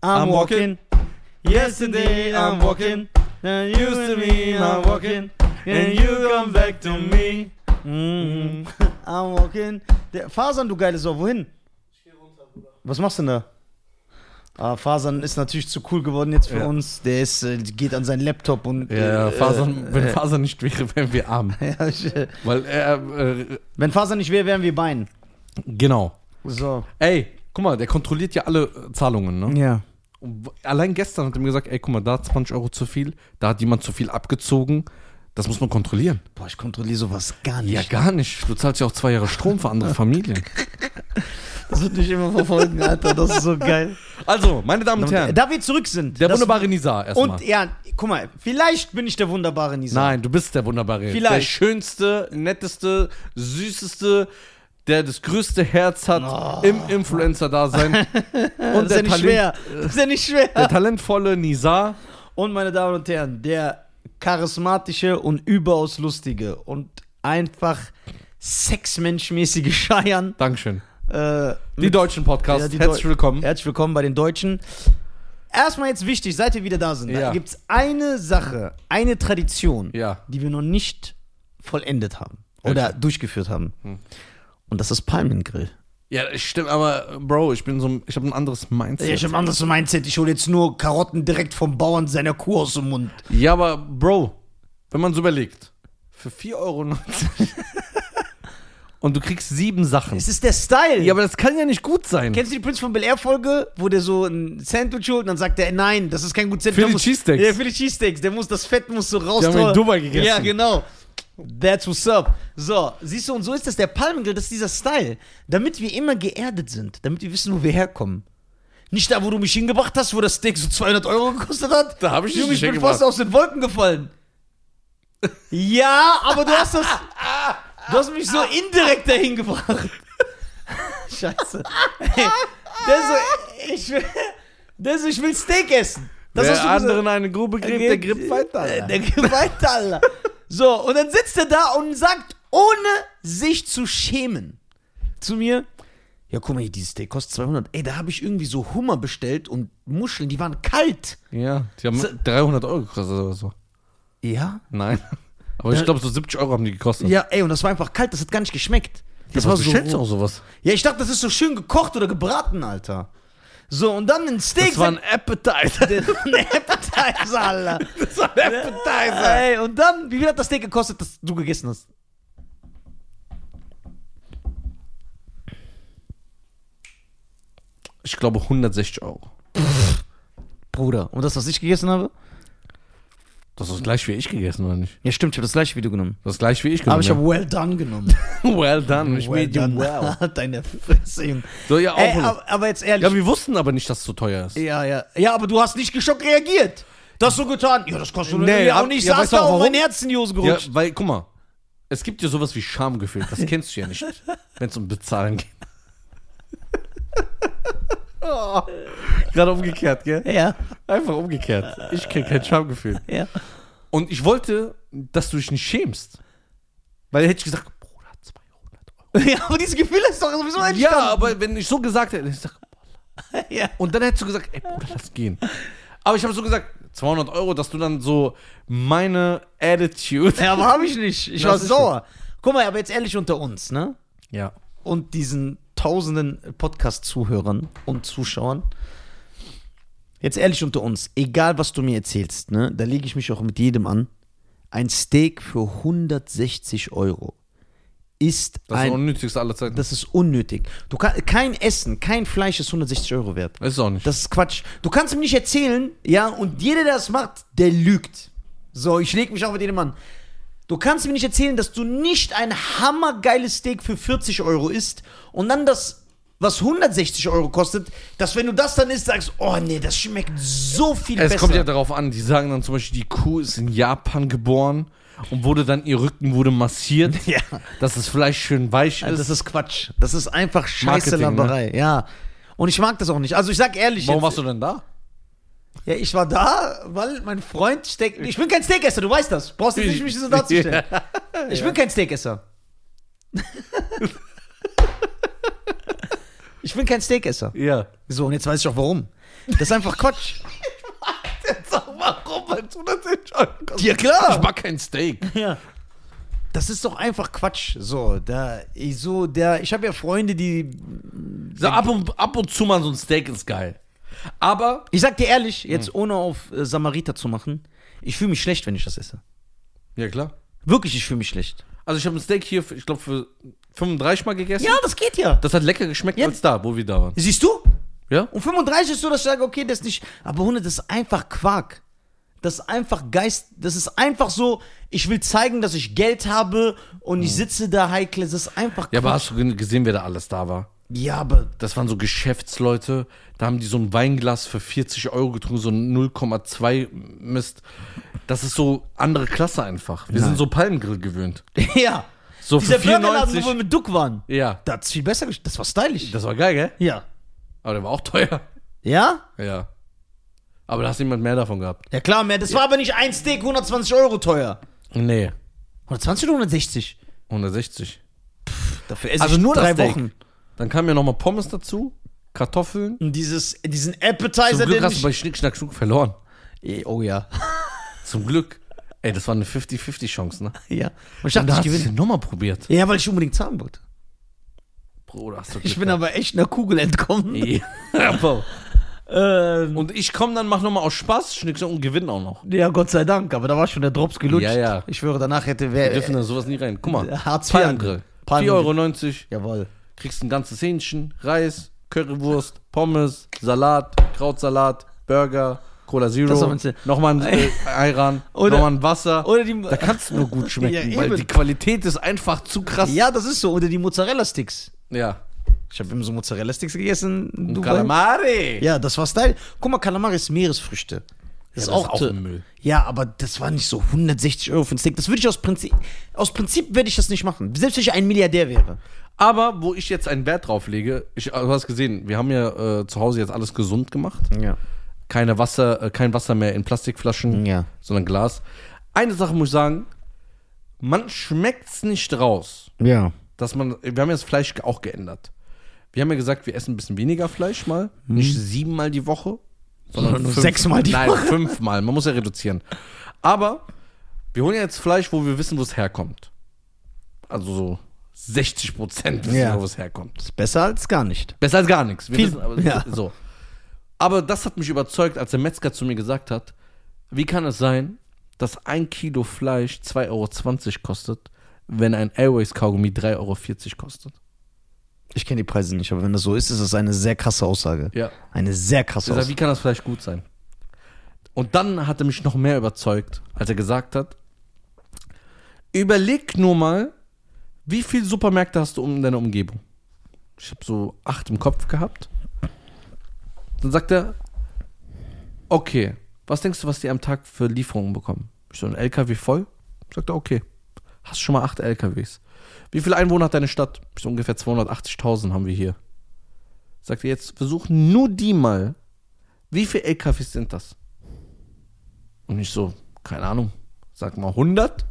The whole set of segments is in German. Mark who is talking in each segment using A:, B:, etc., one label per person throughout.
A: I'm
B: I'm
A: walking.
B: walking.
A: Yesterday I'm walking. And you to me I'm walking. And you come back Mm-hmm. to me.
B: Mhm. I'm walking. Der, Fasan, du geile Sau, wohin? Was machst du denn da? Ah, Fasan ist natürlich zu cool geworden jetzt für
C: Ja.
B: uns. Der ist, äh, geht an seinen Laptop und.
C: Ja,
B: äh,
C: Fasern, wenn
B: äh,
C: Fasern nicht wäre, wären wir arm.
B: ja, ich, äh,
C: Weil er, äh,
B: wenn Fasan nicht wäre, wären wir Bein.
C: genau.
B: So.
C: Ey, guck mal, der kontrolliert ja alle äh, Zahlungen, ne?
B: Ja.
C: Und w- Allein gestern hat er mir gesagt, ey, guck mal, da hat 20 Euro zu viel, da hat jemand zu viel abgezogen. Das muss man kontrollieren.
B: Boah, ich kontrolliere sowas gar nicht.
C: Ja, gar nicht. Du zahlst ja auch zwei Jahre Strom für andere Familien.
B: Das wird mich immer verfolgen, Alter. Das ist so geil. äh,
C: Also, meine Damen und Herrn,
B: Da wir zurück sind.
C: der
B: das-
C: wunderbare Nizar erstmal.
B: Und ja, guck mal, vielleicht bin ich der wunderbare Nisa.
C: Nein, du bist der wunderbare.
B: Vielleicht.
C: Der schönste, netteste, süßeste, der das größte Herz hat im Influencer-Dasein. Und
B: Oh. das ist ja nicht
C: der, Talent,
B: schwer. Das ist ja nicht schwer.
C: der talentvolle Nizar.
B: Und meine Damen und Herren, der charismatische und überaus lustige und einfach sexmenschmäßige Scheiern.
C: Dankeschön.
B: Äh,
C: Die deutschen Podcasts.
B: Ja, die
C: Herzlich
B: Deu-
C: willkommen.
B: Herzlich willkommen bei den Deutschen. Erstmal jetzt wichtig, seit wir wieder da sind, da
C: Ja.
B: gibt es eine Sache, eine Tradition,
C: Ja.
B: die wir noch nicht vollendet haben oder durchgeführt haben.
C: Hm.
B: Und das ist Palmengrill.
C: Ja, stimmt, aber Bro, ich bin so ein- ich habe ein anderes Mindset.
B: Ich habe ein anderes Mindset. Ich hole jetzt nur Karotten direkt vom Bauern seiner Kuh aus dem Mund.
C: ja, aber Bro, wenn man so überlegt, für 4,90 Euro und du kriegst sieben Sachen.
B: Es ist der Style.
C: Ja, aber das kann ja nicht gut sein.
B: Kennst du die Prince von Bel Air Folge, wo der so ein Sandwich holt und dann sagt er, nein, das ist kein gutes Sandwich.
C: Für
B: der
C: die
B: muss-
C: Cheesesteaks.
B: Ja, für die Cheesesteaks. Der muss, das Fett muss so raus.
C: Die haben wir in
B: Tor-
C: Dubai gegessen.
B: Ja, genau. That's what's up. So, siehst du, und so ist das. Der Palmengrill, das ist dieser Style. Damit wir immer geerdet sind. Damit wir wissen, wo wir herkommen. Nicht da, wo du mich hingebracht hast, wo das Steak so 200 Euro gekostet hat.
C: Da hab ich dich
B: Junge, ich
C: nicht
B: bin
C: hingebracht.
B: fast aus den Wolken gefallen. ja, aber du hast das... Du hast mich so indirekt dahin gebracht. Scheiße. Ey, das ist so, ich, will, das ist so, ich will Steak essen. Das
C: Wer
B: hast du
C: anderen
B: gesagt.
C: eine Grube gräbt, der gräbt weiter.
B: Äh, Der gräbt weiter, Alter. So, und dann sitzt er da und sagt, ohne sich zu schämen, zu mir, ja, guck mal, hier, dieses Steak kostet 200. Ey, da habe ich irgendwie so Hummer bestellt und Muscheln, die waren kalt.
C: Ja, die haben 300 Euro gekostet oder so.
B: Ja?
C: Nein. Aber ich glaube, so 70 Euro haben die gekostet.
B: Ja, ey, und das war einfach kalt, das hat gar nicht geschmeckt. Das
C: Aber
B: war
C: du
B: so
C: schätzt
B: roh.
C: auch sowas.
B: Ja, ich dachte, das ist so schön gekocht oder gebraten, Alter. So, und dann ein Steak.
C: Das war ein Appetizer.
B: ein Appetizer, Alter.
C: Das war ein Appetizer.
B: Ey, und dann, wie viel hat das Steak gekostet, das du gegessen hast?
C: Ich glaube 160 Euro.
B: Bruder. Und das, was ich gegessen habe?
C: Das ist gleich wie ich gegessen, oder nicht?
B: Ja, stimmt, ich habe das gleiche Video genommen.
C: Das ist gleich wie ich gegessen.
B: Ah, Aber ich habe well done genommen.
C: well done. Ich made you well.
B: well. Deine Fresse, Junge.
C: So, ja, auch.
B: Ey, aber, aber jetzt ehrlich.
C: ja, wir wussten aber nicht, dass es so teuer ist.
B: Ja, ja. Ja, aber du hast nicht geschockt reagiert. Du hast so getan. Ja, das kostet
C: Nee,
B: mir auch
C: hab-
B: nicht. Ich
C: ja,
B: saß
C: weißt du
B: da
C: auch
B: und mein
C: warum?
B: Herz in die Hose
C: Ja,
B: gerutscht.
C: weil, guck mal, es gibt ja sowas wie Schamgefühl. Das kennst du ja nicht, wenn es um Bezahlen geht. Oh, Gerade umgekehrt, gell?
B: Ja,
C: Einfach umgekehrt. Ich kenne kein Schamgefühl.
B: ja.
C: Und ich wollte, dass du dich nicht schämst. Weil hätte ich gesagt, Bruder, 200 Euro.
B: Ja, aber dieses Gefühl ist doch sowieso entstanden.
C: Ja, aber wenn ich so gesagt hätte, hätte ich gesagt,
B: Ja.
C: und dann hättest du gesagt, ey Bruder, lass gehen. Aber ich habe so gesagt, 200 Euro, dass du dann so meine Attitude.
B: Ja, aber habe ich nicht. Ich
C: Na,
B: war
C: das ist
B: sauer. Guck mal, aber jetzt ehrlich unter uns, ne?
C: Ja.
B: Und diesen tausenden Podcast-Zuhörern und Zuschauern. Jetzt ehrlich unter uns, egal was du mir erzählst, ne? Da lege ich mich auch mit jedem an. Ein Steak für 160 Euro ist
C: Das ist das
B: ein.
C: Unnötigste aller Zeiten.
B: das ist unnötig. Du kann, kein Essen, kein Fleisch ist 160 Euro wert.
C: Das ist auch nicht.
B: Das ist Quatsch. Du kannst ihm nicht erzählen, ja, und jeder, der das macht, der lügt. So, ich leg mich auch mit jedem an. Du kannst mir nicht erzählen, dass du nicht ein hammergeiles Steak für 40 Euro isst und dann das, was 160 Euro kostet, dass wenn du das dann isst, sagst, oh nee, das schmeckt so viel
C: es
B: besser.
C: kommt ja darauf an, die sagen dann zum Beispiel, die Kuh ist in Japan geboren und wurde dann, ihr Rücken wurde massiert,
B: Ja. Also
C: dass das Fleisch schön weich ist.
B: das ist Quatsch. Das ist einfach scheiße
C: Marketing, ne?
B: Laberei, ja. Und ich mag das auch nicht. Also ich sag ehrlich,
C: Warum
B: jetzt-
C: warst du denn da?
B: Ja, ich war da, weil mein Freund Steak. Ich bin kein Steakesser, du weißt das. Brauchst du nicht mich so darzustellen. Ich bin kein Steakesser. ich bin kein Steakesser.
C: Ja.
B: So, und jetzt weiß ich auch warum. Das ist einfach Quatsch.
C: Sag mal, Robert, 110 Euro kostet.
B: Ja, klar.
C: Ich mag kein Steak.
B: Ja. Das ist doch einfach Quatsch. So, da, ich so, der, ich habe ja Freunde, die.
C: So, ab, und, ab und zu mal so ein Steak ist geil. Aber
B: Ich sag dir ehrlich, jetzt ohne auf äh, Samariter zu machen, ich fühle mich schlecht, wenn ich das esse.
C: Ja, klar.
B: Wirklich, ich fühle mich schlecht.
C: Also ich habe ein Steak hier, für- ich glaube, für 35 Mal gegessen.
B: Ja, das geht ja.
C: Das hat lecker geschmeckt
B: Ja.
C: als da, wo wir da waren.
B: Siehst du?
C: Ja?
B: Um 35 ist so, dass ich sage, okay, das ist nicht. Aber Hunde, das ist einfach Quark. Das ist einfach Geist. Das ist einfach so, ich will zeigen, dass ich Geld habe und ich sitze da heikle. Das ist einfach
C: Ja, aber
B: Quatsch.
C: hast du gen- gesehen, wer da alles da war?
B: Ja, aber.
C: Das waren so Geschäftsleute, da haben die so ein Weinglas für 40 Euro getrunken, so ein 0,2 Mist. Das ist so andere Klasse einfach. Wir sind so Palmgrill gewöhnt.
B: Ja.
C: So
B: Dieser
C: für
B: Burgerladen,
C: 94.
B: wo wir mit Duck waren.
C: Ja,
B: Das ist viel besser. gesch- Das war stylisch.
C: das war geil, gell?
B: Ja.
C: Aber der war auch teuer.
B: Ja?
C: Ja. Aber da hast niemand mehr davon gehabt.
B: Ja, klar, mehr. Das war aber nicht ein Steak 120 Euro teuer.
C: Nee.
B: 120 oder 160?
C: 160.
B: Dafür esse
C: Also
B: ich
C: nur das
B: drei
C: Steak.
B: Wochen.
C: Dann kamen ja nochmal Pommes dazu, Kartoffeln.
B: Und dieses, diesen
C: Zum
B: Appetizer,
C: Glück
B: den
C: hast du
B: ich...
C: bei Schnick, Schnack, Schnuck verloren.
B: Eh, oh ja.
C: Zum Glück. Ey, das war eine 50-50-Chance, ne?
B: ja. Und ich dachte,
C: Und
B: ich
C: da hast du
B: gewinne.
C: die Nummer probiert.
B: Ja, weil ich unbedingt haben wollte.
C: Bro, da hast du Glück
B: Ich bin
C: gehabt.
B: aber echt einer Kugel entkommen.
C: Ja, Bro.
B: Ähm,
C: Und ich komm dann, mach nochmal aus Spaß, Schnick, Schnack und gewinn auch noch.
B: ja, Gott sei Dank. Aber da war schon der Drops gelutscht.
C: Ja, ja.
B: Ich schwöre, danach hätte wer...
C: Wir dürfen da sowas nie rein. Guck mal,
B: Hartz IV.
C: Palmgrill.
B: Palmgrill.
C: 4,90 Euro.
B: Jawohl.
C: Kriegst ein ganzes Hähnchen, Reis, Currywurst, Pommes, Salat, Krautsalat, Burger, Cola
B: Das war
C: Zero,
B: mein Ziel.
C: nochmal ein äh, Ayran,
B: Oder-
C: nochmal ein Wasser.
B: Oder die...
C: da kannst du nur gut schmecken,
B: Ja,
C: weil
B: eben.
C: die Qualität ist einfach zu krass.
B: Ja, das ist so. Oder die Mozzarella-Sticks.
C: ja.
B: Ich habe immer so Mozzarella-Sticks gegessen. in
C: Und
B: Dubai.
C: Kalamari.
B: Ja, das war Style. Guck mal, Kalamari ist Meeresfrüchte. Das
C: das
B: ist auch,
C: ist auch
B: te-
C: Müll.
B: Ja, aber das war nicht so 160 Euro für ein Steak. Das würde ich aus Prinzip. Aus Prinzip würde ich das nicht machen. Selbst wenn ich ein Milliardär wäre.
C: Aber wo ich jetzt einen Wert drauf lege, ich, also du hast gesehen, wir haben ja äh, zu Hause jetzt alles gesund gemacht.
B: Ja.
C: Keine Wasser, äh, kein Wasser mehr in Plastikflaschen,
B: Ja.
C: sondern Glas. Eine Sache muss ich sagen, man schmeckt's nicht raus,
B: Ja.
C: dass man, wir haben ja das Fleisch auch geändert. Wir haben ja gesagt, wir essen ein bisschen weniger Fleisch mal, nicht siebenmal die Woche, sondern
B: Mhm. Sondern nur
C: fünf-
B: sechsmal die
C: nein,
B: Woche.
C: fünfmal. Man muss ja reduzieren. Aber wir holen ja jetzt Fleisch, wo wir wissen, wo es herkommt. Also so 60 Prozent wissen
B: Ja.
C: wir, wo es herkommt.
B: Ist besser als gar nicht.
C: Besser als gar nichts. Wir
B: Viel-
C: wissen, aber,
B: ja.
C: so. aber das hat mich überzeugt, als der Metzger zu mir gesagt hat, wie kann es sein, dass ein Kilo Fleisch 2,20 Euro kostet, wenn ein Airways-Kaugummi 3,40 Euro kostet?
B: Ich kenne die Preise nicht, aber wenn das so ist, ist das eine sehr krasse Aussage.
C: Ja.
B: Eine sehr
C: Ich
B: krasse
C: sag, wie
B: Aussage.
C: kann das Fleisch gut sein? Und dann hat er mich noch mehr überzeugt, als er gesagt hat, überleg nur mal, wie viele Supermärkte hast du um- in deiner Umgebung? Ich habe so acht im Kopf gehabt. Dann sagt er, okay, was denkst du, was die am Tag für Lieferungen bekommen? Ich so, ein LKW voll? Sagt er, okay. Hast schon mal acht LKWs. Wie viele Einwohner hat deine Stadt? Ich so, ungefähr 280.000 haben wir hier. Sagt er, jetzt versuch nur die mal. Wie viele LKWs sind das? Und ich so, keine Ahnung. Sag mal 100.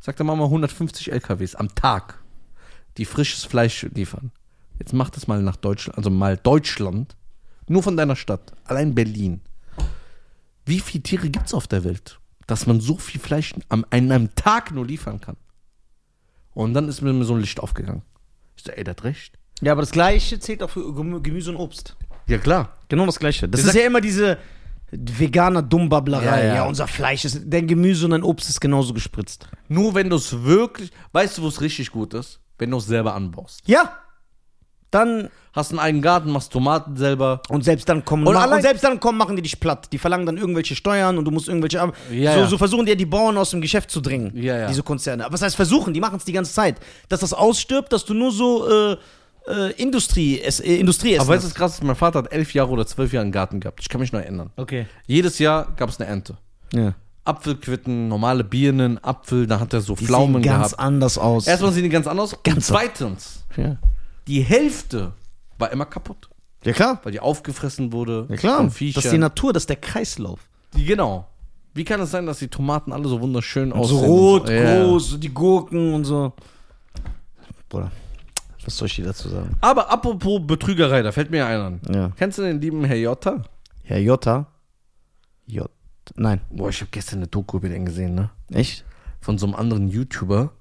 C: Sagt er, mach mal 150 LKWs am Tag, die frisches Fleisch liefern. Jetzt mach das mal nach Deutschland, also mal Deutschland. Nur von deiner Stadt, allein Berlin. Wie viele Tiere gibt es auf der Welt, dass man so viel Fleisch am, an einem Tag nur liefern kann? Und dann ist mir so ein Licht aufgegangen. Ich so, ey, der hat recht.
B: Ja, aber das Gleiche zählt auch für Gemü- Gemüse und Obst.
C: Ja, klar.
B: Genau das Gleiche. Das
C: Der
B: ist
C: sagt-
B: ja immer diese veganer Dummbablerei.
C: Ja, ja.
B: ja, unser Fleisch ist, dein Gemüse und dein Obst ist genauso gespritzt.
C: Nur wenn du es wirklich, weißt du, wo es richtig gut ist? Wenn du es selber anbaust.
B: Ja. Dann
C: Hast einen eigenen Garten, machst Tomaten selber.
B: Und selbst dann kommen
C: Und
B: und, ma-
C: allein-
B: und selbst dann kommen, machen die dich platt. Die verlangen dann irgendwelche Steuern und du musst irgendwelche Ab
C: Ja,
B: so,
C: ja.
B: so versuchen die ja die Bauern aus dem Geschäft zu drängen,
C: Ja, ja.
B: diese Konzerne. Aber was heißt versuchen? Die machen es die ganze Zeit. Dass das ausstirbt, dass du nur so äh, äh, Industrie es, äh, Industrie
C: Aber weißt du, das krass ist, mein Vater hat elf Jahre oder zwölf Jahre einen Garten gehabt. Ich kann mich noch erinnern.
B: Okay.
C: Jedes Jahr gab es eine Ernte.
B: Ja.
C: Apfelquitten, normale Birnen, Apfel, da hat er so
B: Die
C: Pflaumen
B: sehen ganz
C: gehabt.
B: anders aus.
C: Erstmal sehen die ganz anders. aus.
B: Ganz-
C: Zweitens,
B: ja.
C: die Hälfte war immer kaputt,
B: ja klar.
C: weil die aufgefressen wurde.
B: Ja klar.
C: Von
B: Das
C: Viechern.
B: ist die Natur, das ist der Kreislauf.
C: Die- genau. Wie kann es sein, dass die Tomaten alle so wunderschön
B: So
C: aussehen?
B: rot,
C: Ja.
B: groß, so die Gurken und so. Bruder, was soll ich dir dazu sagen?
C: Aber apropos Betrügerei, da fällt mir einer an.
B: Ja.
C: Kennst du den lieben Herr Jotta?
B: Herr Jota. Jot. Nein.
C: Boah, ich habe gestern eine Doku über den gesehen, ne?
B: Echt?
C: Von so einem anderen YouTuber.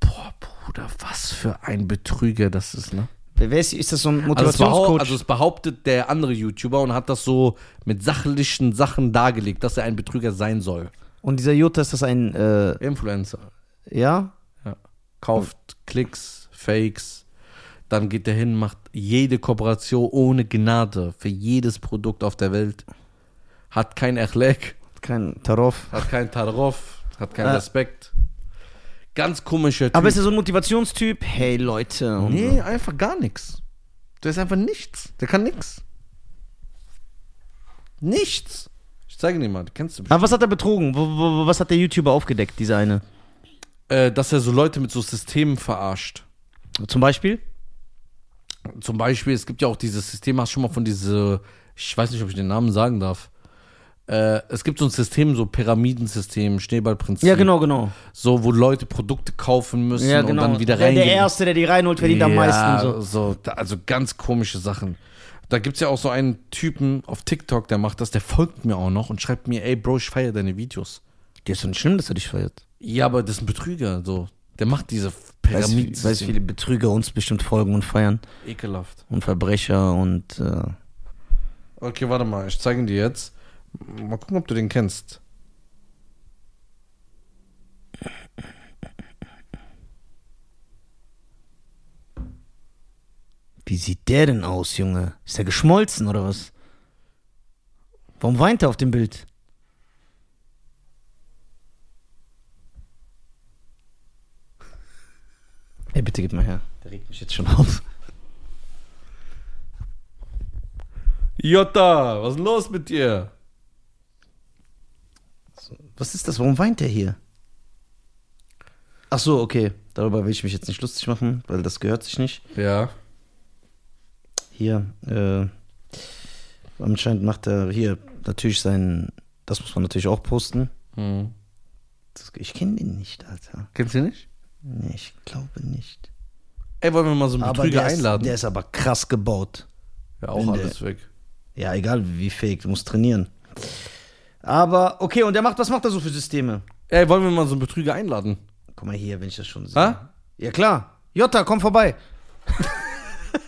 C: Boah, Bruder, was für ein Betrüger das ist, ne?
B: Wer ist, ist das so ein
C: Also es, behau-
B: Motivationscoach?
C: also es behauptet der andere YouTuber und hat das so mit sachlichen Sachen dargelegt, dass er ein Betrüger sein soll.
B: Und dieser Jota, ist das ein, äh,
C: Influencer.
B: ja?
C: Kauft Klicks, Fakes. Dann geht er hin, macht jede Kooperation ohne Gnade für jedes Produkt auf der Welt. Hat kein Erleg,
B: Kein Tarof.
C: hat kein Tarov, hat keinen
B: Äh.
C: Respekt. Ganz komischer Typ.
B: Aber ist er so ein Motivationstyp? Hey, Leute. und so.
C: nee, einfach gar nichts. Der ist einfach nichts. Der kann nichts. Nichts. Ich zeige dir mal, du kennst du
B: Aber was hat er betrogen? Wo, wo, wo- was hat der YouTuber aufgedeckt, dieser eine?
C: äh, dass er so Leute mit so Systemen verarscht.
B: Zum Beispiel?
C: Zum Beispiel, es gibt ja auch dieses System, hast du schon mal von diese, ich weiß nicht, ob ich den Namen sagen darf. Äh, es gibt so ein System, so Pyramidensystem, Schneeballprinzip.
B: Ja, genau, genau.
C: So, wo Leute Produkte kaufen müssen
B: Ja, genau.
C: und dann wieder
B: der,
C: reingehen.
B: der Erste, der die reinholt, verdient am meisten. So.
C: da, also ganz komische Sachen. Da gibt es ja auch so einen Typen auf TikTok, der macht das, der folgt mir auch noch und schreibt mir, ey Bro, ich feiere deine Videos.
B: Der ist doch nicht schlimm, dass er dich feiert.
C: Ja, aber das ist ein Betrüger, so. Der macht diese
B: Weiß,
C: Pyramiden.
B: wie- weiß, wie viele Betrüger uns bestimmt folgen und feiern.
C: Ekelhaft.
B: Und Verbrecher und. Äh,
C: Okay, warte mal, ich zeige ihn dir jetzt. Mal gucken, ob du den kennst.
B: wie sieht der denn aus, Junge? Ist der geschmolzen oder was? Warum weint er auf dem Bild? Ey, bitte gib mal her. Der regt mich jetzt schon auf.
C: Jota, was ist los mit dir?
B: Was ist das? Warum weint der hier? Ach so, okay. Darüber will ich mich jetzt nicht lustig machen, weil das gehört sich nicht.
C: Ja.
B: Hier, äh, anscheinend macht er hier natürlich sein, das muss man natürlich auch posten.
C: Hm.
B: Das, ich kenne den nicht, Alter.
C: Kennst du ihn nicht?
B: Nee, ich glaube nicht.
C: Ey, wollen wir mal so einen Betrüger
B: der ist,
C: einladen?
B: der ist aber krass gebaut.
C: ja,
B: wenn
C: auch
B: der-
C: alles weg.
B: Ja, egal wie fake, du musst trainieren. Aber, okay, und der macht, was macht er so für Systeme?
C: Ey, wollen wir mal so einen Betrüger einladen?
B: Guck mal hier, wenn ich das schon sehe.
C: Ha?
B: Ja klar. Jota, komm vorbei.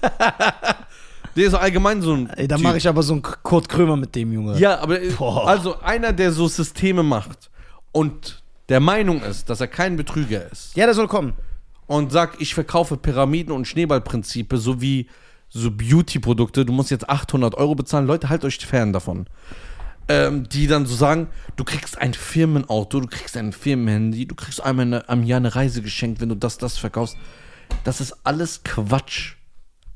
C: Der ist allgemein so ein.
B: Ey, dann
C: Typ.
B: mache ich aber so einen K- Kurt Krömer mit dem Junge.
C: Ja, aber
B: Boah.
C: also einer, der so Systeme macht und der Meinung ist, dass er kein Betrüger ist
B: Ja, der soll kommen.
C: und sagt, ich verkaufe Pyramiden und Schneeballprinzipe sowie so Beauty-Produkte. Du musst jetzt 800 Euro bezahlen. Leute, halt euch fern davon. ähm, die dann so sagen, du kriegst ein Firmenauto, du kriegst ein Firmenhandy, du kriegst einmal eine, am Jahr eine Reise geschenkt, wenn du das, das verkaufst. Das ist alles Quatsch.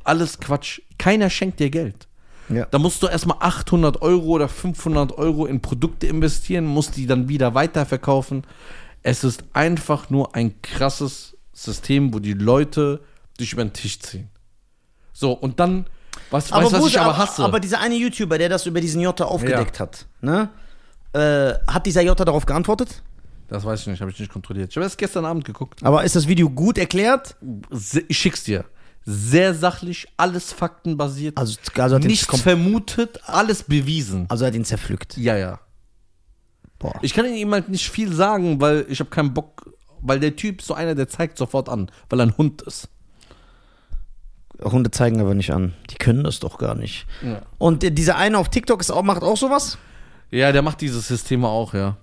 C: Alles Quatsch. Keiner schenkt dir Geld.
B: Ja.
C: Da musst du erstmal 800 Euro oder 500 Euro in Produkte investieren, musst die dann wieder weiterverkaufen. Es ist einfach nur ein krasses System, wo die Leute dich über den Tisch ziehen. So, und dann, was, weißt, du, was
B: wo
C: ich aber hasse?
B: aber dieser eine YouTuber, der das über diesen Jota aufgedeckt
C: Ja.
B: hat, ne? Äh, hat dieser Jota darauf geantwortet?
C: Das weiß ich nicht, habe ich nicht kontrolliert. Ich habe erst gestern Abend geguckt.
B: Aber ist das Video gut erklärt?
C: Se- Ich schick's dir. Sehr sachlich, alles faktenbasiert.
B: Also, also hat
C: nichts
B: den,
C: vermutet, alles bewiesen.
B: also hat ihn zerpflückt.
C: Ja, ja.
B: Boah.
C: Ich kann ihm halt nicht viel sagen, weil ich habe keinen Bock, weil der Typ so einer, der zeigt sofort an, weil er ein Hund ist.
B: Hunde zeigen aber nicht an. Die können das doch gar nicht.
C: Ja,
B: Und äh, dieser eine auf TikTok ist auch, macht auch sowas?
C: der macht dieses System auch, ja.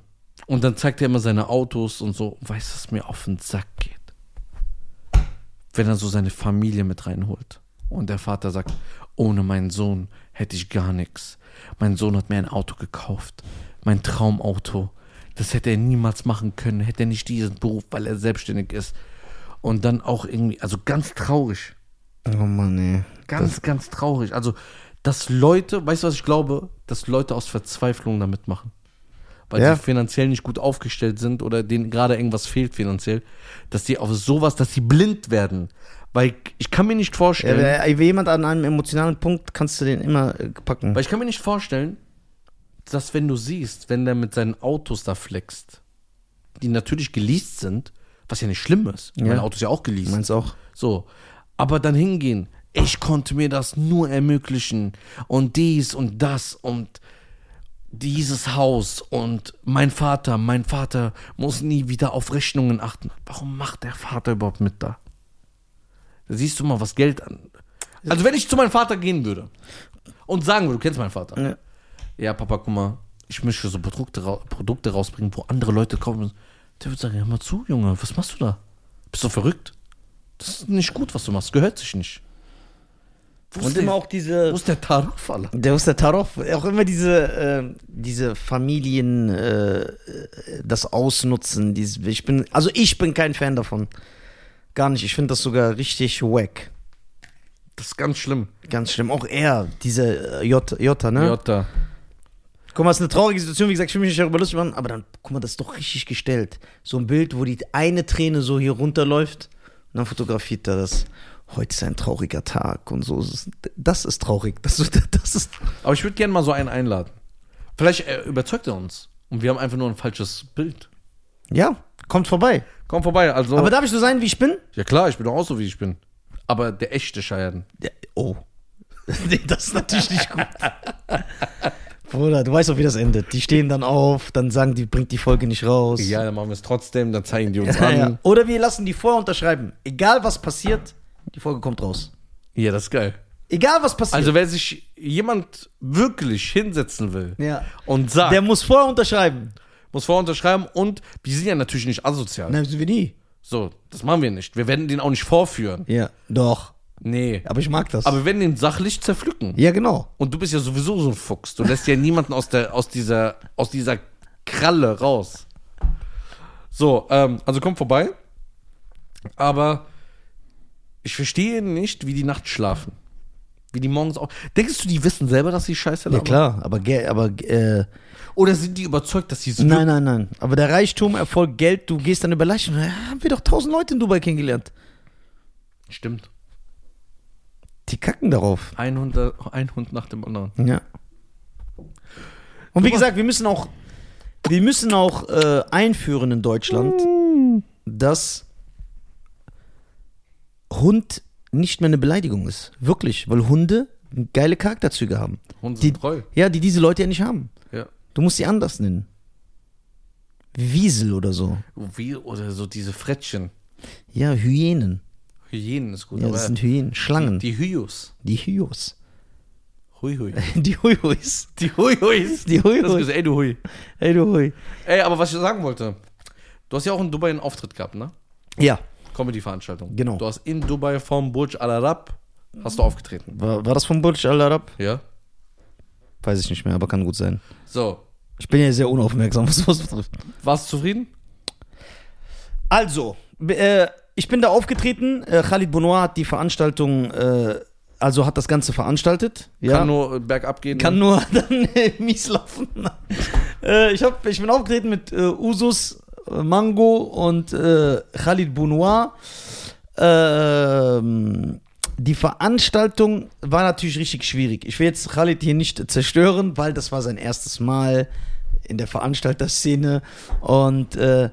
C: Und dann zeigt er immer seine Autos und so. Weißt du, was mir auf den Sack geht? Wenn er so seine Familie mit reinholt. Und der Vater sagt, ohne meinen Sohn hätte ich gar nichts. Mein Sohn hat mir ein Auto gekauft. Mein Traumauto. Das hätte er niemals machen können, hätte er nicht diesen Beruf, weil er selbstständig ist. Und dann auch irgendwie, also ganz traurig.
B: Oh Mann, ey.
C: Ganz, ganz traurig. Also, dass Leute, weißt du, was ich glaube? Dass Leute aus Verzweiflung da mitmachen. Weil
B: Ja.
C: sie finanziell nicht gut aufgestellt sind oder denen gerade irgendwas fehlt finanziell. Dass die auf sowas, dass sie blind werden. Weil ich kann mir nicht
B: Ja,
C: vorstellen,
B: wenn jemand an einem emotionalen Punkt kannst du den immer äh, packen.
C: weil ich kann mir nicht vorstellen, dass wenn du siehst, wenn der mit seinen Autos da flext, die natürlich geleast sind, was ja nicht schlimm ist. Mein Auto ist ja auch geleast.
B: Meinst du auch?
C: So. Aber dann hingehen, ich konnte mir das nur ermöglichen und dies und das und dieses Haus und mein Vater, mein Vater muss nie wieder auf Rechnungen achten. Warum macht der Vater überhaupt mit da? Da siehst du mal, was Geld an. Also wenn ich zu meinem Vater gehen würde und sagen würde, du kennst meinen Vater.
A: Ja.
C: Ja, Papa, guck mal, ich möchte so Produkte, ra Produkte rausbringen, wo andere Leute kaufen. Der würde sagen, hör mal zu, Junge, was machst du da? Bist du verrückt? Das ist nicht gut, was du machst. Gehört sich nicht. Wo ist
A: Und
C: der-
A: immer auch diese.
C: wo ist der Tarif, Alter?
B: Der Oster Tarov, auch immer diese, äh, diese Familien, äh, das Ausnutzen, dieses, ich bin, also ich bin kein Fan davon. Gar nicht, ich finde das sogar richtig wack.
C: Das ist ganz schlimm.
B: Ganz schlimm, auch er, diese äh, Jota, Jota, ne?
C: Jota.
B: Guck mal, es ist eine traurige Situation, wie gesagt, ich will mich nicht darüber lustig machen, aber dann, guck mal, das ist doch richtig gestellt. So ein Bild, wo die eine Träne so hier runterläuft und dann fotografiert er das. Heute ist ein trauriger Tag und so. Es ist- Das ist traurig. Das, das ist.
C: Aber ich würde gerne mal so einen einladen. Vielleicht äh, überzeugt er uns. Und wir haben einfach nur ein falsches Bild.
B: Ja, kommt vorbei.
C: Komm vorbei, also.
B: Aber darf ich so sein, wie ich bin?
C: ja klar, ich bin doch auch so, wie ich bin. Aber der echte Scheiern.
B: Ja, oh. nee, das ist natürlich nicht gut. Bruder, du weißt doch, wie das endet. Die stehen dann auf, dann sagen die, bringt die Folge nicht raus.
C: Ja, dann machen wir es trotzdem, dann zeigen die uns
B: Ja, ja.
C: an.
B: Oder wir lassen die vorher unterschreiben. Egal was passiert, die Folge kommt raus.
C: Ja, das ist geil.
B: Egal was passiert.
C: Also wer sich jemand wirklich hinsetzen will
B: Ja.
C: und sagt,
B: der muss vorher unterschreiben.
C: muss vorher unterschreiben und wir sind ja natürlich nicht asozial.
B: Nein, sind wir nie.
C: So, das machen wir nicht. Wir werden den auch nicht vorführen.
B: Ja, doch.
C: Nee.
B: Aber ich mag das.
C: Aber wir werden den sachlich zerpflücken.
B: ja, genau.
C: Und du bist ja sowieso so ein Fuchs. Du lässt ja niemanden aus, der, aus, dieser, aus dieser Kralle raus. So, ähm, also kommt vorbei. Aber ich verstehe nicht, wie die nachts schlafen. Wie die morgens auch. Denkst du, die wissen selber, dass sie scheiße
B: Ja,
C: labern?
B: klar. Aber, Ge- aber äh,
C: Oder sind die überzeugt, dass sie es
B: nein, nein, nein. Aber der Reichtum, Erfolg, Geld, du gehst dann über Leichen. Ja, haben wir doch tausend Leute in Dubai kennengelernt.
C: wirklich- Stimmt.
B: Die kacken darauf.
C: Ein Hund, äh, ein Hund nach dem anderen.
B: Ja. Und wie gesagt, wir müssen auch, wir müssen auch äh, einführen in Deutschland, dass Hund nicht mehr eine Beleidigung ist. Wirklich. Weil Hunde geile Charakterzüge haben.
C: Hunde
B: Die-
C: sind treu.
B: Ja, die diese Leute ja nicht haben.
C: Ja.
B: Du musst sie anders nennen. Wiesel oder so.
C: Wie, oder so diese Frettchen.
B: Ja, Hyänen.
C: Hyänen ist gut.
B: Ja,
C: aber
B: das sind Hyänen. Schlangen. Die,
C: die Hyos.
B: Hyos.
C: Hui, hui.
B: Die Huihuis.
C: Die Hui, huis.
B: Die
C: Das
B: Huihuis.
C: ist, ey, du Hui.
B: Ey, du Hui.
C: Ey, aber was ich sagen wollte, du hast ja auch in Dubai einen Auftritt gehabt, ne?
B: Ja.
C: Comedy-Veranstaltung.
B: Genau.
C: Du hast in Dubai vom Burj Al Arab hast du aufgetreten.
B: War, war das von Burj Al Arab?
C: Ja.
B: Weiß ich nicht mehr, aber kann gut sein.
C: So.
B: Ich bin ja sehr unaufmerksam, was sowas betrifft.
C: Warst du zufrieden?
B: Also, b- äh, ich bin da aufgetreten. Äh, Khalid Bonoir hat die Veranstaltung, äh, also hat das Ganze veranstaltet. Ja.
C: Kann nur äh, bergab gehen.
B: Kann nur dann äh, mies laufen. äh, ich, hab, ich bin aufgetreten mit äh, Usus, äh, Mango und äh, Khalid Bounoir. Ähm, die Veranstaltung war natürlich richtig schwierig. Ich will jetzt Khalid hier nicht zerstören, weil das war sein erstes Mal in der Veranstalterszene. Und äh,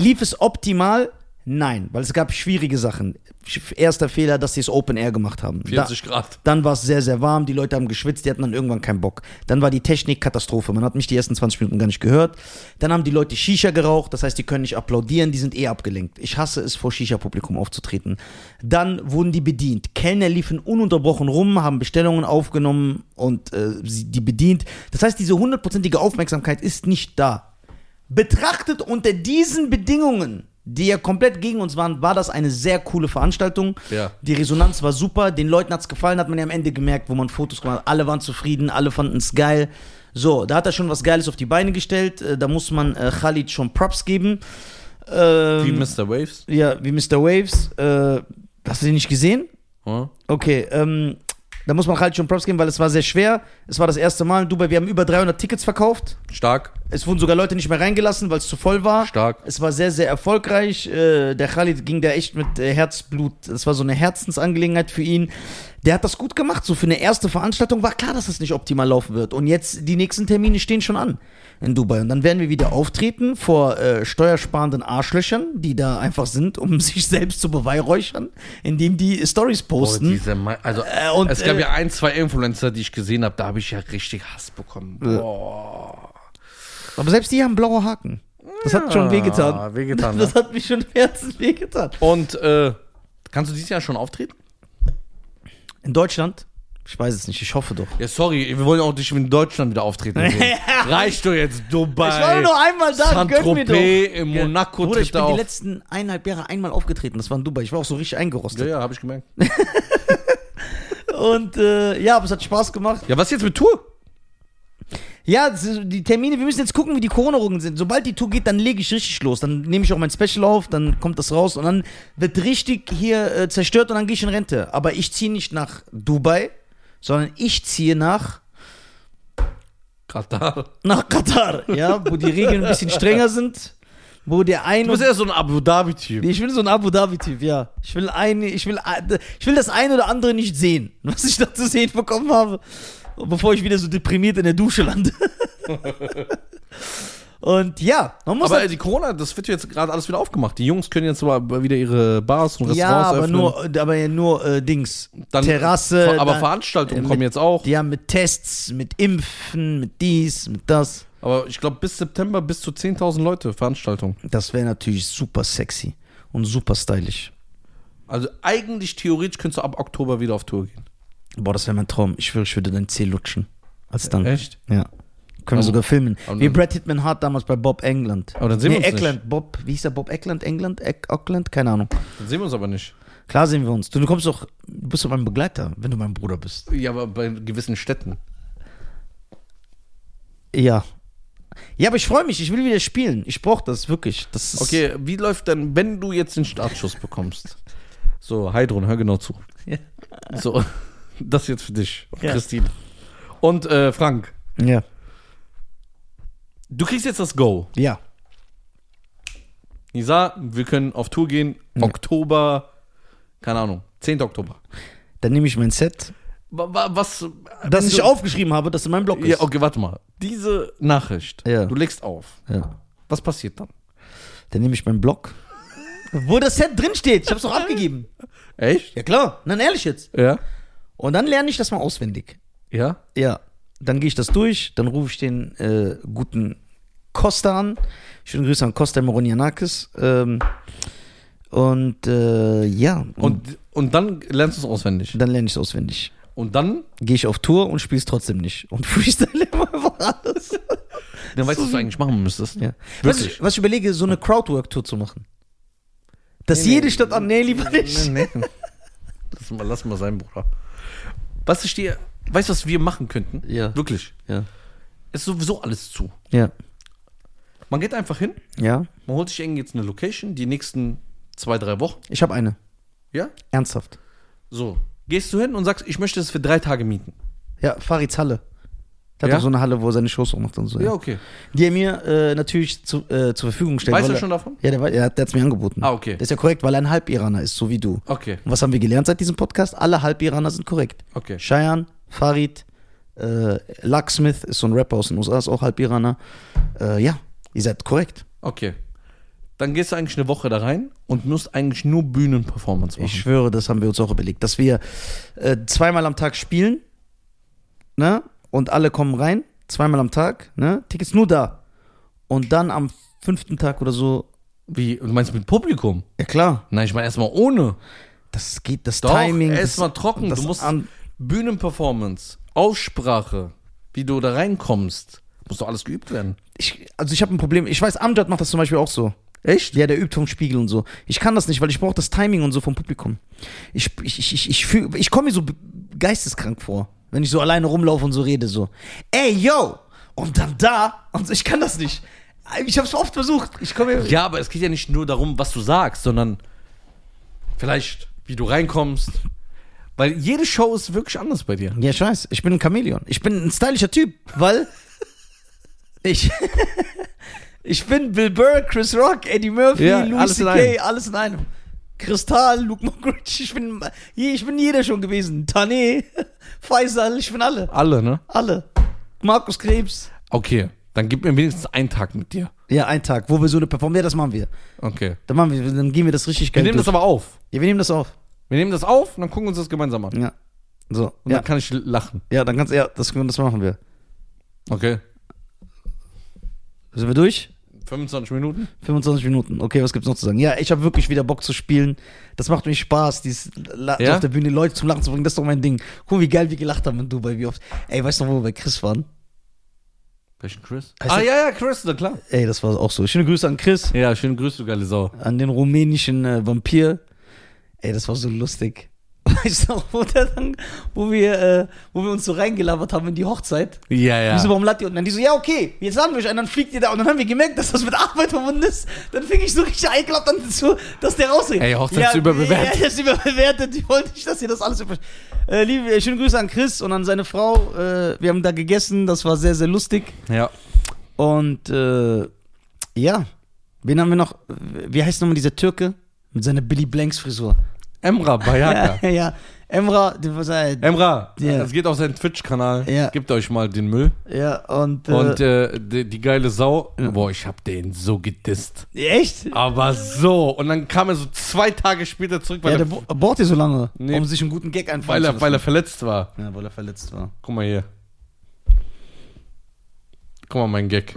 B: lief es optimal? Nein, weil es gab schwierige Sachen. Erster Fehler, dass sie es Open Air gemacht haben. Da-
C: 40 Grad.
B: dann war es sehr, sehr warm, die Leute haben geschwitzt, die hatten dann irgendwann keinen Bock. Dann war die Technik Katastrophe, man hat mich die ersten 20 Minuten gar nicht gehört. Dann haben die Leute Shisha geraucht, das heißt, die können nicht applaudieren, die sind eh abgelenkt. Ich hasse es, vor Shisha-Publikum aufzutreten. Dann wurden die bedient. Kellner liefen ununterbrochen rum, haben Bestellungen aufgenommen und äh, sie- die bedient. Das heißt, diese hundertprozentige Aufmerksamkeit ist nicht da. Betrachtet unter diesen Bedingungen, die ja komplett gegen uns waren, war das eine sehr coole Veranstaltung.
C: Ja.
B: Die Resonanz war super, den Leuten hat es gefallen, hat man ja am Ende gemerkt, wo man Fotos gemacht hat. Alle waren zufrieden, alle fanden es geil. So, da hat er schon was Geiles auf die Beine gestellt. Äh, Da muss man äh, Khalid schon Props geben. Ähm,
C: Wie Mr. Waves.
B: ja, wie Mr. Waves. Äh, hast du den nicht gesehen?
C: Ja.
B: Okay, ähm, da muss man Khalid schon Props geben, weil es war sehr schwer. Es war das erste Mal in Dubai. Wir haben über 300 Tickets verkauft.
C: Stark,
B: Es wurden sogar Leute nicht mehr reingelassen, weil es zu voll war.
C: stark.
B: Es war sehr, sehr erfolgreich. Äh, Der Khalid ging da echt mit äh, Herzblut. Es war so eine Herzensangelegenheit für ihn. Der hat das gut gemacht. So für eine erste Veranstaltung war klar, dass es nicht optimal laufen wird. Und jetzt, die nächsten Termine stehen schon an in Dubai. Und dann werden wir wieder auftreten vor äh, steuersparenden Arschlöchern, die da einfach sind, um sich selbst zu beweihräuchern, indem die Stories
C: Oh,
B: posten.
C: diese Ma- also,
B: Äh, und,
C: es gab
B: äh,
C: ja ein, zwei Influencer, die ich gesehen habe, da habe ich ja richtig Hass bekommen. Boah.
B: Aber selbst die haben blaue Haken. Das hat schon wehgetan.
C: Ah, wehgetan, ne?
B: Das hat mich schon im Herzen wehgetan.
C: Und äh, kannst du dieses Jahr schon auftreten?
B: In Deutschland? Ich weiß es nicht, ich hoffe doch.
C: Ja, sorry, wir wollen auch dich in Deutschland wieder auftreten. sehen. Reicht doch jetzt, Dubai.
B: Ich war nur noch einmal da, gönn mir doch.
C: Saint-Tropez, in Monaco
B: Bruder, ich
C: tritt
B: bin
C: er
B: die
C: auf.
B: letzten eineinhalb Jahre einmal aufgetreten. Das war in Dubai. Ich war auch so richtig
C: Ja,
B: eingerostet.
C: ja, habe ich gemerkt.
B: Und äh, ja, aber es hat Spaß gemacht.
C: Ja, was jetzt mit Tour?
B: Ja, es ist- die Termine, wir müssen jetzt gucken, wie die Corona-Runden sind. Sobald die Tour geht, dann lege ich richtig los. Dann nehme ich auch mein Special auf, dann kommt das raus und dann wird richtig hier äh, zerstört und dann gehe ich in Rente. Aber ich ziehe nicht nach Dubai, sondern ich ziehe nach
C: Katar.
B: nach Katar, ja, wo die Regeln ein bisschen strenger sind, wo der ein
C: Du bist
B: und
C: eher so ein Abu Dhabi-Typ.
B: Nee, ich will so ein Abu Dhabi Typ, ja. Ich will ein, ich will ein- ich will das ein oder andere nicht sehen, was ich da zu sehen bekommen habe, bevor ich wieder so deprimiert in der Dusche lande. Und ja, man muss
C: Aber
B: halt-
C: die Corona, das wird jetzt gerade alles wieder aufgemacht. Die Jungs können jetzt aber wieder ihre Bars und
B: ja,
C: Restaurants
B: aber
C: öffnen.
B: nur aber ja nur äh, Dings,
C: Dann-
B: Terrasse,
C: Aber
B: dann-
C: Veranstaltungen
B: äh,
C: kommen
B: mit-
C: jetzt auch.
B: Die haben mit Tests, mit Impfen, mit dies, mit das.
C: Aber ich glaube, bis September bis zu 10.000 Leute Veranstaltungen.
B: Das wäre natürlich super sexy und super stylisch.
C: Also eigentlich theoretisch könntest du ab Oktober wieder auf Tour gehen.
B: Boah, das wäre mein Traum. Ich schwöre, ich würde deinen Zeh lutschen. Als dann.
C: Echt?
B: Ja. Können wir
C: Also-
B: sogar filmen.
C: Aber
B: Wie
C: dann-
B: Brad Hitman Hart damals bei Bob England.
C: Aber dann sehen wir uns
B: Eckland. Bob, wie hieß der? Bob Eckland? England? Eck, Auckland? Keine Ahnung.
C: Dann sehen wir uns aber nicht.
B: Klar sehen wir uns. Du, du kommst doch, du bist doch mein Begleiter, wenn du mein Bruder bist.
C: Ja, aber bei gewissen Städten.
B: Ja. Ja, aber ich freue mich. Ich will wieder spielen. Ich brauche das wirklich. Das ist
C: Okay, wie läuft denn, wenn du jetzt den Startschuss bekommst? So, Heidrun, hör genau zu.
B: Ja.
C: So, das jetzt für dich, und
B: Ja.
C: Christine. Und äh, Frank,
B: Ja.
C: du kriegst jetzt das Go.
B: Ja.
C: Nisa, wir können auf Tour gehen. Oktober, keine Ahnung, 10. Oktober.
B: Dann nehme ich mein Set,
C: Wa- wa- Was?
B: das
C: wenn
B: ich
C: Äh, du-
B: aufgeschrieben habe, das in meinem Blog ist.
C: Ja, okay, warte mal. Diese Nachricht,
B: Ja.
C: du legst auf.
B: ja.
C: Was passiert dann?
B: Dann nehme ich meinen Blog, wo das Set drinsteht. Ich habe es doch abgegeben.
C: Echt?
B: Ja, klar. Nein, ehrlich jetzt.
C: Ja.
B: Und dann lerne ich das mal auswendig.
C: Ja?
B: Ja. Dann gehe ich das durch, dann rufe ich den äh, guten Costa an. Schönen Grüße an Costa Moronianakis. Ähm, und äh, ja, und,
C: Und, und dann lernst du es auswendig.
B: dann lerne ich es auswendig.
C: Und dann,
B: Gehe ich auf Tour und spiele es trotzdem nicht. Und freestyle immer einfach alles.
C: dann weißt du, was du eigentlich machen müsstest.
B: Ja. Was,
C: Wirklich?
B: ich, was ich überlege, so eine Crowdwork-Tour zu machen. Dass
C: Nee, nee.
B: jede Stadt an, nee, lieber nicht.
C: Nee, nee. Lass mal, lass mal sein, Bruder. Was ich dir, weißt du, was wir machen könnten?
B: Ja.
C: Wirklich.
B: Ja.
C: Ist sowieso alles zu.
B: Ja.
C: Man geht einfach hin,
B: Ja.
C: man holt sich irgendwie jetzt eine Location, die nächsten zwei, drei Wochen.
B: Ich habe eine.
C: Ja?
B: Ernsthaft.
C: So. Gehst du hin und sagst, ich möchte es für drei Tage mieten.
B: Ja, Farids Halle. Der
C: Ja?
B: hat doch so eine Halle, wo er seine Shows auch macht und so. ja.
C: okay.
B: die er mir äh, natürlich zu, äh, zur Verfügung stellt.
C: Weißt
B: weil
C: du
B: er-
C: schon davon?
B: Ja, der, wei- er hat es mir angeboten.
C: Ah, okay.
B: Das ist ja korrekt, weil er ein Halb-Iraner ist, so wie du.
C: Okay.
B: Und was haben wir gelernt seit diesem Podcast? Alle Halb-Iraner sind korrekt.
C: Okay.
B: Cheyenne, Farid, äh, Lucksmith ist so ein Rapper aus den USA, ist auch Halb-Iraner. Äh, ja, ihr seid korrekt.
C: Okay. Dann gehst du eigentlich eine Woche da rein und musst eigentlich nur Bühnenperformance machen.
B: Ich schwöre, das haben wir uns auch überlegt, dass wir äh, zweimal am Tag spielen, ne? Und alle kommen rein, zweimal am Tag, ne? Tickets nur da. Und dann am fünften Tag oder so,
C: Wie, du meinst mit Publikum?
B: ja klar,
C: Nein, ich meine erstmal ohne.
B: Das geht, das
C: Doch,
B: Timing. das-
C: erstmal trocken.
B: das
C: Du musst
B: an-
C: Bühnenperformance, Aussprache, wie du da reinkommst, muss doch alles geübt werden.
B: ich, also ich habe ein Problem. Ich weiß, Amjad macht das zum Beispiel auch so.
C: Echt?
B: Ja, der übt vom Spiegel und so. Ich kann das nicht, weil ich brauche das Timing und so vom Publikum. Ich, ich, ich, ich, ich, fühl- ich komme mir so be- geisteskrank vor, wenn ich so alleine rumlaufe und so rede so. Ey, yo! Und dann da. Und so, ich kann das nicht. Ich habe es oft versucht. Ich komme mir...
C: Ja, aber es geht ja nicht nur darum, was du sagst, sondern vielleicht, wie du reinkommst. Weil jede Show ist wirklich anders bei dir.
B: Ja, ich weiß. Ich bin ein Chamäleon. Ich bin ein stylischer Typ, weil ich ich bin Bill Burr, Chris Rock, Eddie Murphy,
C: Ja,
B: Louis
C: alles in
B: C.K.,
C: einem.
B: alles in einem. Kristall, Luke Mockridge, ich bin, je- ich bin jeder schon gewesen. Tane, Faisal, ich bin alle.
C: Alle, ne?
B: Alle. Markus Krebs.
C: Okay, dann gib mir wenigstens einen Tag mit dir.
B: Ja, ein Tag, wo wir so eine Performance, ja, das machen wir.
C: Okay.
B: Dann, machen wir, dann gehen wir das richtig
C: Wir
B: geil
C: nehmen das
B: durch.
C: aber auf.
B: Ja, wir nehmen das auf.
C: Wir nehmen das auf und dann gucken wir uns das gemeinsam an.
B: Ja. So.
C: Und
B: ja.
C: dann kann ich lachen.
B: ja, dann kannst ja, das, das machen wir.
C: Okay.
B: Sind wir durch?
C: 25 Minuten?
B: 25 Minuten. Okay, was gibt's noch zu sagen? Ja, ich habe wirklich wieder Bock zu spielen. Das macht mir Spaß, dieses La
C: Ja?
B: auf der Bühne Leute zum Lachen zu bringen. Das ist doch mein Ding. Guck, mal, wie geil wir gelacht haben in Dubai, wie oft. Ey, weißt du noch, wo wir bei Chris waren?
C: Welchen Chris?
B: Heißt
C: ah,
B: der-
C: ja, ja, Chris, na klar.
B: Ey, das war auch so. Schöne Grüße an Chris,
C: Ja, schönen Grüß, du geile Sau.
B: an den rumänischen äh, Vampir. Ey, das war so lustig. Weißt du noch, wo, der dann, wo, wir, äh, wo wir uns so reingelabert haben in die Hochzeit?
C: Ja, ja.
B: Wieso, warum lad ihr? Und dann die so, ja, okay, jetzt laden wir euch ein, dann fliegt ihr da. Und dann haben wir gemerkt, dass das mit Arbeit verbunden ist. Dann fing ich so richtig eingeklappt an dazu, dass der rausgeht.
C: Ey, Hochzeit ist überbewertet.
B: Ja, das ist überbewertet. Ich wollte nicht, dass ihr das alles über... Äh, liebe, äh, schöne Grüße an Chris und an seine Frau. Äh, wir haben da gegessen, das war sehr, sehr lustig.
C: Ja.
B: Und äh, ja, wen haben wir noch? Wie heißt nochmal dieser Türke? Mit seiner Billy Blanks Frisur.
C: Emra Bayaka.
B: ja, ja. Emra, die, was, äh,
C: Emra,
B: Ja.
C: es geht auf seinen Twitch-Kanal.
B: Ja.
C: Gebt euch mal den Müll.
B: ja, und... Äh,
C: Und äh, die, die geile Sau, boah, ich hab den so gedisst.
B: echt?
C: Aber so. Und dann kam er so zwei Tage später zurück, weil,
B: Ja, der
C: er,
B: bo- bohrt ihr so lange,
C: Nee.
B: um sich einen guten Gag einfallen
C: weil,
B: zu
C: er,
B: lassen.
C: weil er verletzt war.
B: ja, weil er verletzt war.
C: Guck mal hier. Guck mal, mein Gag.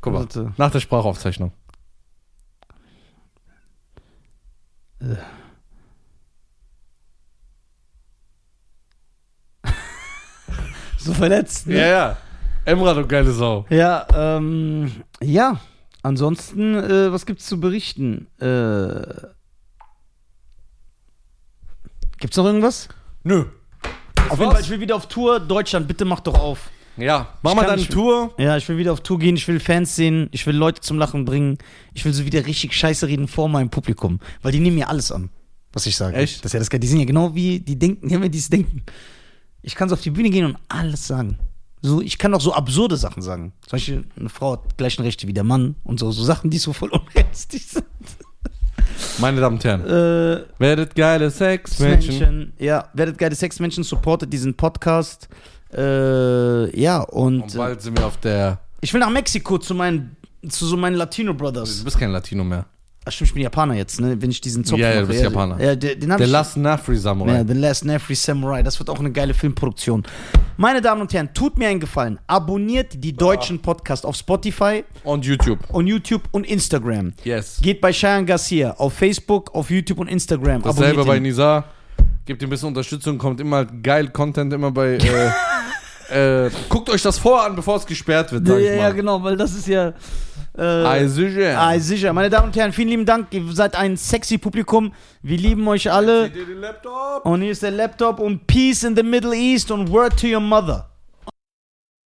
C: Guck mal.
B: Warte.
C: Nach der Sprachaufzeichnung.
B: So verletzt,
C: Ja,
B: ne?
C: ja. Emra, du geile Sau.
B: Ja, ähm, ja. Ansonsten, äh, was gibt's zu berichten? Äh, gibt's noch irgendwas?
C: Nö.
B: auf jeden Fall, ich will wieder auf Tour. Deutschland, bitte mach doch auf.
C: Ja, mach
B: Ich
C: mal
B: kann
C: deine
B: nicht-
C: Tour.
B: Ja, ich will wieder auf Tour gehen, ich will Fans sehen, ich will Leute zum Lachen bringen, ich will so wieder richtig scheiße reden vor meinem Publikum, weil die nehmen mir alles an, was ich sage.
C: Echt?
B: Das ist ja das Geile. Die sind ja genau wie, die denken, ja, wie die es denken. Ich kann so auf die Bühne gehen und alles sagen. So, ich kann auch so absurde Sachen sagen. Zum Beispiel, eine Frau hat gleichen Rechte wie der Mann und so, so Sachen, die so voll unrealistisch sind.
C: Meine Damen und Herren.
B: Äh,
C: Werdet geile Sexmenschen.
B: Menschen. Ja, werdet geile Sexmenschen, supportet diesen Podcast. Äh, ja, und,
C: Und bald sind wir auf der.
B: äh, ich will nach Mexiko zu meinen, zu so meinen Latino Brothers.
C: Du bist kein Latino mehr.
B: Ach Ah, stimmt, ich bin Japaner jetzt, ne? Wenn ich diesen Zopf
C: Ja, ja, du
B: mache.
C: bist Japaner.
B: Ja, den, den hab
C: Der
B: ich.
C: Last Nafri Samurai.
B: ja, The Last Nefri Samurai. Das wird auch eine geile Filmproduktion. Meine Damen und Herren, tut mir einen Gefallen. Abonniert die deutschen Podcasts auf Spotify
C: Und YouTube.
B: und YouTube und Instagram.
C: Yes.
B: Geht bei Cheyenne Garcia auf Facebook, auf YouTube und Instagram.
C: Dasselbe bei
B: Abonniert ihn.
C: Nizar. Gebt ihm ein bisschen Unterstützung, kommt immer geil Content, immer bei. Äh, äh, guckt euch das vorher an, bevor es gesperrt wird, sag
B: Ja, ja,
C: ich
B: genau, weil das ist ja.
C: mal.
B: Äh,
C: Eisiger.
B: ah, sicher. Meine Damen und Herren, vielen lieben Dank. Ihr seid ein sexy Publikum. Wir lieben euch alle.
C: Seht ihr den Laptop?
B: Und hier ist der Laptop und Peace in the Middle East und Word to your mother.